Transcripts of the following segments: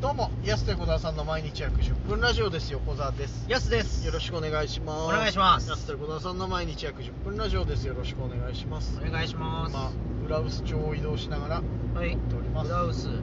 どうも、安手小沢さんの毎日約10分ラジオです。横澤です。やすですよろしくお願いします。お願いします安手小沢さんの毎日約10分ラジオです。よろしくお願いします。お願いします今、浦臼町を移動しながら、はい撮っております浦臼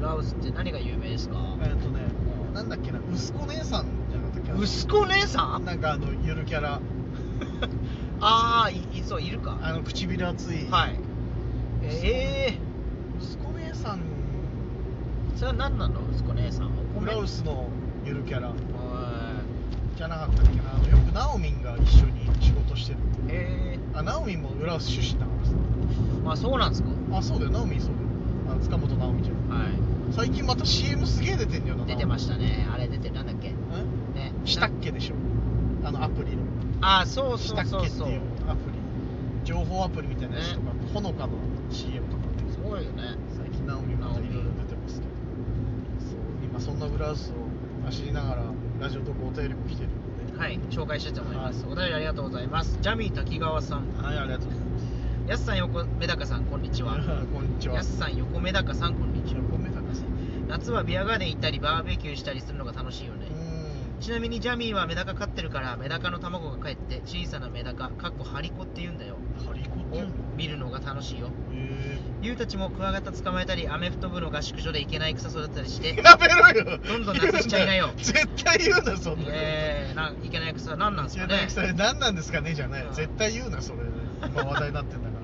浦臼って何が有名ですかえっ、とね、なんだっけな、息子姉さんじゃなかったっけ息子姉さん なんかあの、ゆるキャラ、ああいいそういるかあの、唇厚い。はいええ息子姉さん、ー、それは何なの息子姉さんお米浦臼のゆるキャラはじゃなかったっけな。あのよくナオミンが一緒に仕事してる。いえあ、ナオミンも浦臼出身だからさ。ー、あそうなんですかあそうだよナオミそうだよあ塚本直美ちゃんは最近また CM すげえ出てんだよない出てましたねあれ出てるなんだっけえねしたっけでしょあのアプリのああそうしそたっうけそってういそううアプリ情報アプリみたいなやつとか、ねほのかの CM とかってすごいよね最近直美もいろいろ出てますけどそう今そんなブラウスを走りながらラジオとかお便りも来てるのでははい紹介したいと思いますはお便りありがとうございますジャミー滝川さんい、ありがとうございますやすさん横メダカさんこんにちは こんにちはやすさん横メダカさんこんにちは横目高さんう夏はビアガーデン行ったりバーベキューしたりするのが楽しいよねんちなみにジャミーはメダカ飼ってるからメダカの卵が帰って小さなメダカかっこハリコって言うんだよハリコっていうをの見るのが楽しいよへユウたちもクワガタ捕まえたりアメフト部の合宿所でいけない草育てたり してやめろよどんどんなくしちゃいなよ言うな 絶対言うなそんなことえー、ないけない草は何なんですじゃかなねくそれ何なんですかねじゃないうん絶対言うなそれ今話題になってんだか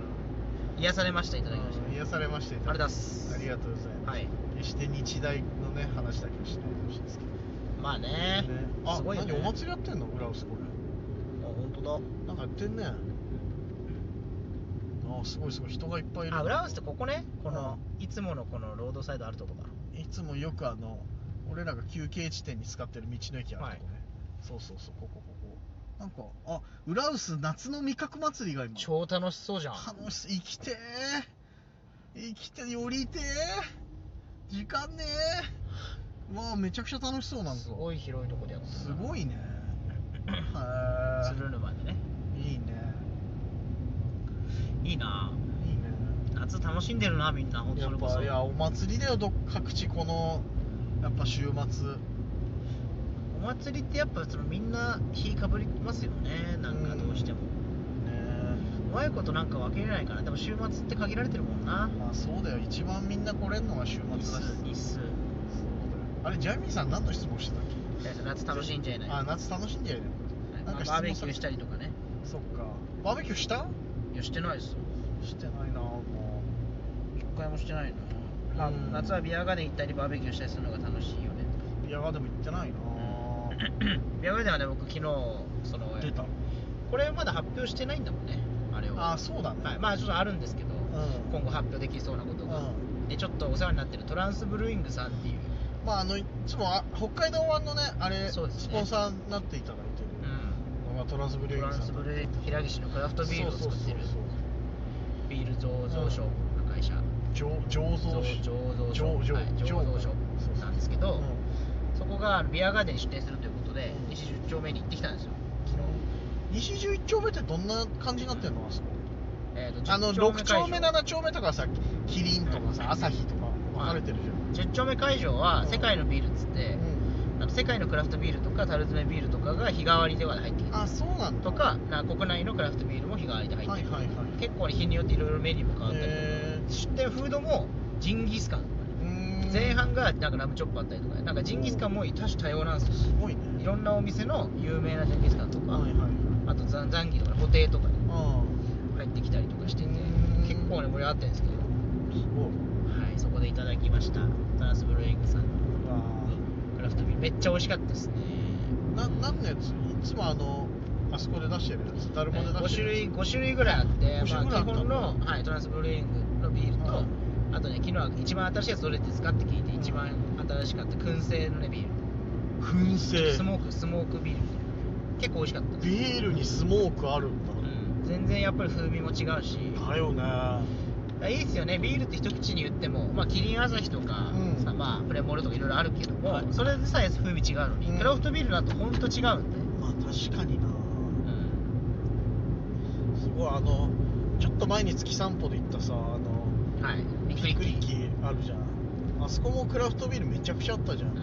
癒されましたいただきましたら癒されましたよありがとうございますありがとうございますはい決して日大のね話だけはしないでほしいですけどまあねねあすごいよ何ねお祭りやってんの浦臼これあ本当だなんかやってんねあすごいすごい人がいっぱいいるあ、浦スってここね、この、いつものこのロードサイドあるとこだ。いつもよくあの俺らが休憩地点に使ってる道の駅あるとこね、はいそうそうそうここここなんかあ浦臼夏の味覚祭りが今超楽しそうじゃん。楽しい生きてー生きてよりてー時間ねーわあめちゃくちゃ楽しそうなんかすごい広いとこでやってるなすご いね鶴は沼でね。いいいねいいなぁいいね夏楽しんでるなみんな、ほんとやそれっこそ。ぱいやお祭りだよどっ各地このやっぱ週末お祭りってやっぱそのみんな火かぶりますよね、なんかどうしても。ねうまいことなんか分けれないかな。でも週末って限られてるもんな。まあそうだよ一番みんな来れんのが週末だ日しそうだよ数、日数。あれジャミーさん何の質問してたっけ夏楽しんじゃいない。あ夏楽しんじゃいないまあ質問さバーベキューしたりとかね。そっかバーベキューしたいや、してないですよ。してないなも一回もしてないな、あうん夏はビアガーデン行ったりバーベキューしたりするのが楽しいよねうビアガーデンも行ってないなビアガーデンはね僕昨日その出たこれまだ発表してないんだもんねあれをああそうだねはい、まあちょっとあるんですけど、ん今後発表できそうなことが、うでちょっとお世話になってるトランスブルーイングさんっていう、まああのいつもあ北海道湾のねあれそうでスすねポンサーになっていただいてうるのがトランスブん、リューイトングランさスんブルー平岸のクラフトビールを作ってるそうそうビール醸造所の会社、そうそう醸そ造う醸造所醸はい醸造所なんですけどうんそこがビアガーデンに出店するということでうん西10丁目に行ってきたんですよ昨日西十一丁目ってどんな感じになってるのあそこえーとあの6丁目7 7丁目とかさキリンとかさ朝日とか分かれてるじゃん10丁目会場は世界のビールっつって、うあの世界のクラフトビールとか樽詰めビールとかが日替わりでは入ってきんてあそうなんだとかな国内のクラフトビールも日替わりで入ってはいる、はいはい結構日によっていろいろメニューも変わったりとか、へー出店フードもジンギスカンとかね、うーん前半がなんかラムチョップあったりとかねなんかジンギスカンも多種多様なんですよすごいねいろんなお店の有名なジンギスカンとか、はいはいあとザザンギとかねホテイとかねう入ってきたりとかしててうん結構ね盛り上がってるんですけどんすごいはい、そこでいただきました。トランスブルーイングさんのうわクラフトビール、めっちゃ美味しかったですね。ーな何のやついつもあのあそこで出してるやつダルマで5出して種る類やつ5種類ぐらいあって、五種類ぐらいあまあ、っ基た本の、はい、トランスブルーイングのビールと、はいあとね、昨日は一番新しいやつどれですかって聞いて、一番新しかった燻製のね、ビール。燻製スモーク、スモークビールみたいな。結構美味しかったです。ビールにスモークあるんだうん全然やっぱり風味も違うし、だよねいいですよね、ビールって一口に言っても、まあ、キリンアサヒとか、うんさまあ、プレモルとかいろいろあるけども、はいそれでさえ風味違うのに、うんクラフトビールだと本当違うんで。まあ確かになすごいあのちょっと前に月散歩で行ったさあのはい、びっくり機あるじゃんあそこもクラフトビールめちゃくちゃあったじゃん、う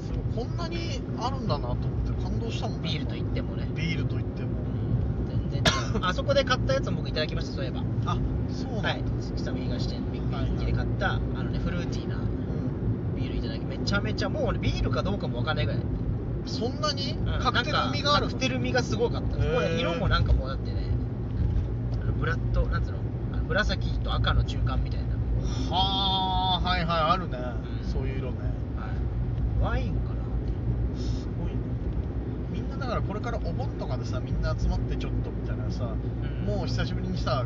すごいこんなにあるんだなと思って感動したもんん、ビールと言ってもね、ビールといってもうん、 全然違うあそこで買ったやつも僕いただきましたそういえばあそうはなんいだ、北見東店ビッキで買ったあのねフルーティーなうんビールいただきめちゃめちゃもう俺ビールかどうかもわかんないぐらい、そんなに、うんカクテル味があるなんかカクテル味がすごかったへーもう色もなんかもうだってねあのブラッドなんつうのあの紫と赤の中間みたいな、はあはいはいあるね、うんそういう色ねワインかなすごいねみんなだからこれからお盆とかでさみんな集まってちょっとみたいなさ、うんもう久しぶりにさ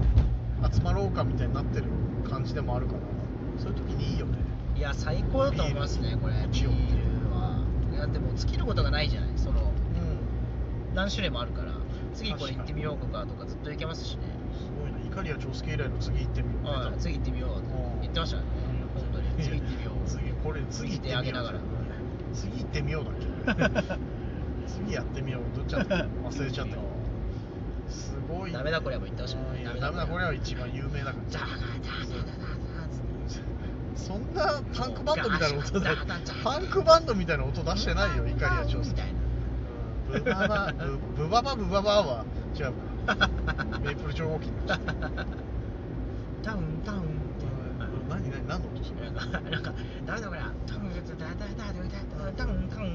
集まろうかみたいになってる感じでもあるからそういう時にいいよねいや最高だと思いますねこれビ一ー応ルはいやでも尽きることがないじゃないそのうん何種類もあるから次これ確行かにってみようとかとかずっと行けますしねすごいねイカリア長介以来の次行ってみようねはい次行ってみよううん言ってましたね本当に次行ってみよう次これ次行ってみよう見てあげながら次行ってみようだっけ次やってみようどっちだったっけ忘れちゃったすごいダメだこれはもう言ってほしういんいやダメだこれは一番有名だからザーガーザーザーザーザーザーつってそんなパンクバンドみたいな音だガシャガシャパンクバンドみたいな音出してないよイカリア調査みたいなブババブブババブババは違うメイプル超合金だダウンダウンって何何何の音それなんかダメだこれはダウンダウンダウンダウンダウンダウンダウンダウン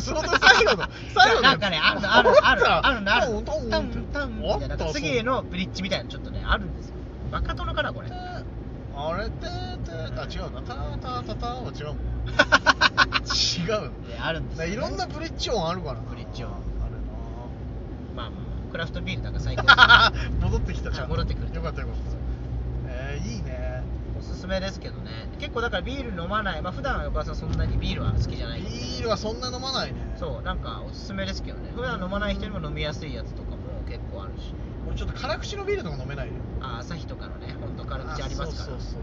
その最後の最後のなんかねあるのあるのあるのあるのあるあのったタウンタウンみたいななんあかった次へのブリッジみたいなのちょっとねあるんですよバカ殿かなこれ違うあれててあ違うなたたたたは違うもん 違うあるんですないろんなブリッジ音あるからなブリッジ音あるまあまあまあクラフトビールなんか最高な 戻ってきたちゃんと戻ってくるよかったよかったえー、いいね おすすめですけどね結構だからビール飲まないまあ普段は横川さんそんなにビールは好きじゃないビールはそんな飲まないねそうなんかおすすめですけどね普段飲まない人にも飲みやすいやつとかも結構あるし俺ちょっと辛口のビールとか飲めないよあ朝日とかのねほんと辛口ありまそうすからそうそうそう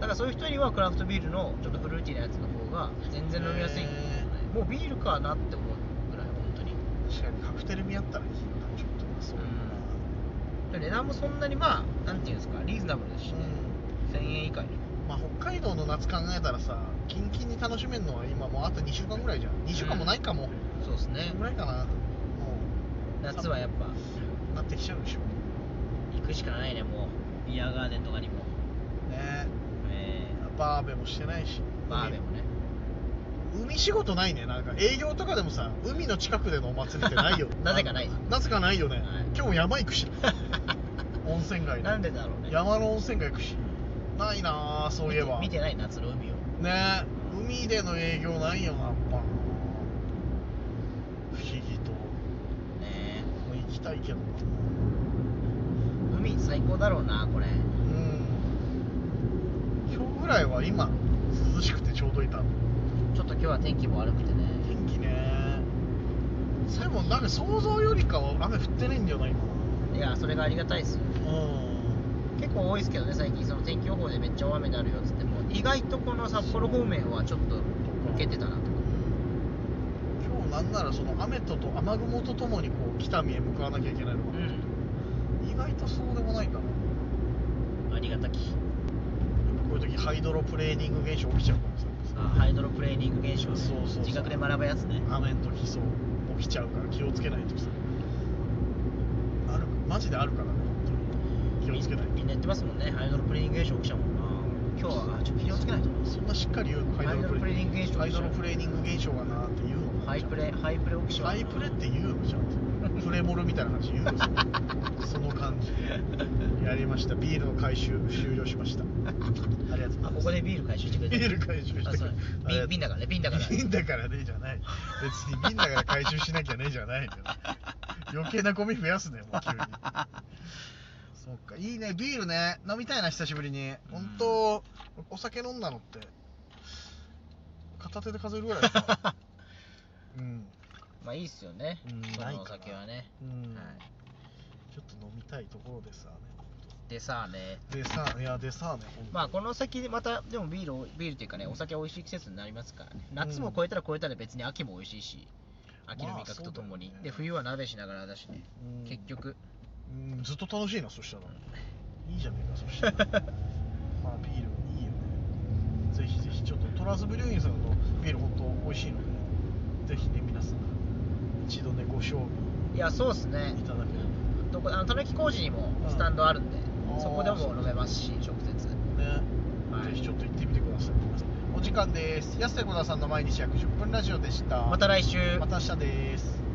だからそういう人にはクラフトビールのちょっとフルーティーなやつの方が全然飲みやすいんで、ねへ、もうビールかなって思うぐらい本当に確かにカクテル味あったらいいなちょっとなそうだで値段もそんなにまあなんていうんですかリーズナブルですしねな、 1000円以下にまあ、北海道の夏考えたらさキンキンに楽しめるのは今もうあと2週間ぐらいじゃん2週間もないかも、そうですねそんぐらいかなも夏はやっぱうなってきちゃうでしょ行くしかないねもうビアガーデンとかにもねえバーベもしてないしー、バーベも ね海仕事ないねなんか営業とかでもさ海の近くでのお祭りってないよ なぜかないなぜかないよね、はい今日も山行くし温泉街でなんでだろうね山の温泉街行くしないなあそういえば見て見てない夏の海をね海での営業ないよなやっぱ不思議とねもう行きたいけどな海最高だろうなこれうん今日ぐらいは今涼しくてちょうどいたちょっと今日は天気も悪くてね天気ねでもなんか想像よりかは雨降ってないんだよな今いやそれがありがたいですようん結構多いですけどね最近その天気予報でめっちゃ大雨になるよっつっても意外とこの札幌方面はちょっと受けてたなとか今日なんならその雨とと雨雲とともにこう北見へ向かわなきゃいけないのかな、意外とそうでもないかなうんありがたきこういう時ハイドロプレーニング現象起きちゃうからさあハイドロプレーニング現象ねそうそうそう自覚で学ぶやつね雨の時そう起きちゃうから気をつけないとさあるマジであるからね本当に気をつけないみみんなやってますもんねハイドロプレーニング現象起きちゃうもんな今日はあちょっと気をつけないとそんなしっかり言うのハイドロプレーニング現象ハハイイドドロロププレレーニング現象かなって言うのハイプレハイプレ起きちゃうハイプレって言うのじゃんプレモルみたいな話言うのその感じやりましたビールの回収終了しましたありがとうございますあここでビール回収してくれてビール回収してくれあそうありがとう瓶瓶だからね瓶だから瓶だからねじゃない別に瓶だから回収しなきゃねじゃないのよ余計なゴミ増やすねもう急にそっかいいねビールね飲みたいな久しぶりに本当お酒飲んだのって片手で数えるぐらいだ からうんまあいいっすよねうんそないのかおな酒はねうんはいちょっと飲みたいところでさでさあねでさいやでさねほんとまあこの先またでもビールをビールっていうかねお酒美味しい季節になりますからね夏も超えたら超えたら別に秋も美味しいし秋の味覚とともに、まあそうだよねで冬は鍋しながらだしね、うん結局 うんずっと楽しい なそしたらいいじゃねえかそしたらまあビールいいよねトラスブリューイングさんのビール本当美味しいのでぜひね皆さん一度ねご賞いやそうですね味いただけれどこあのためき工事にもスタンドあるんで、うんそこであーそうも飲めますし直接ばね、はいぜひちょっと行ってみてくださいお時間です安瀬小田さんの毎日約10分ラジオでしたまた来週また明日です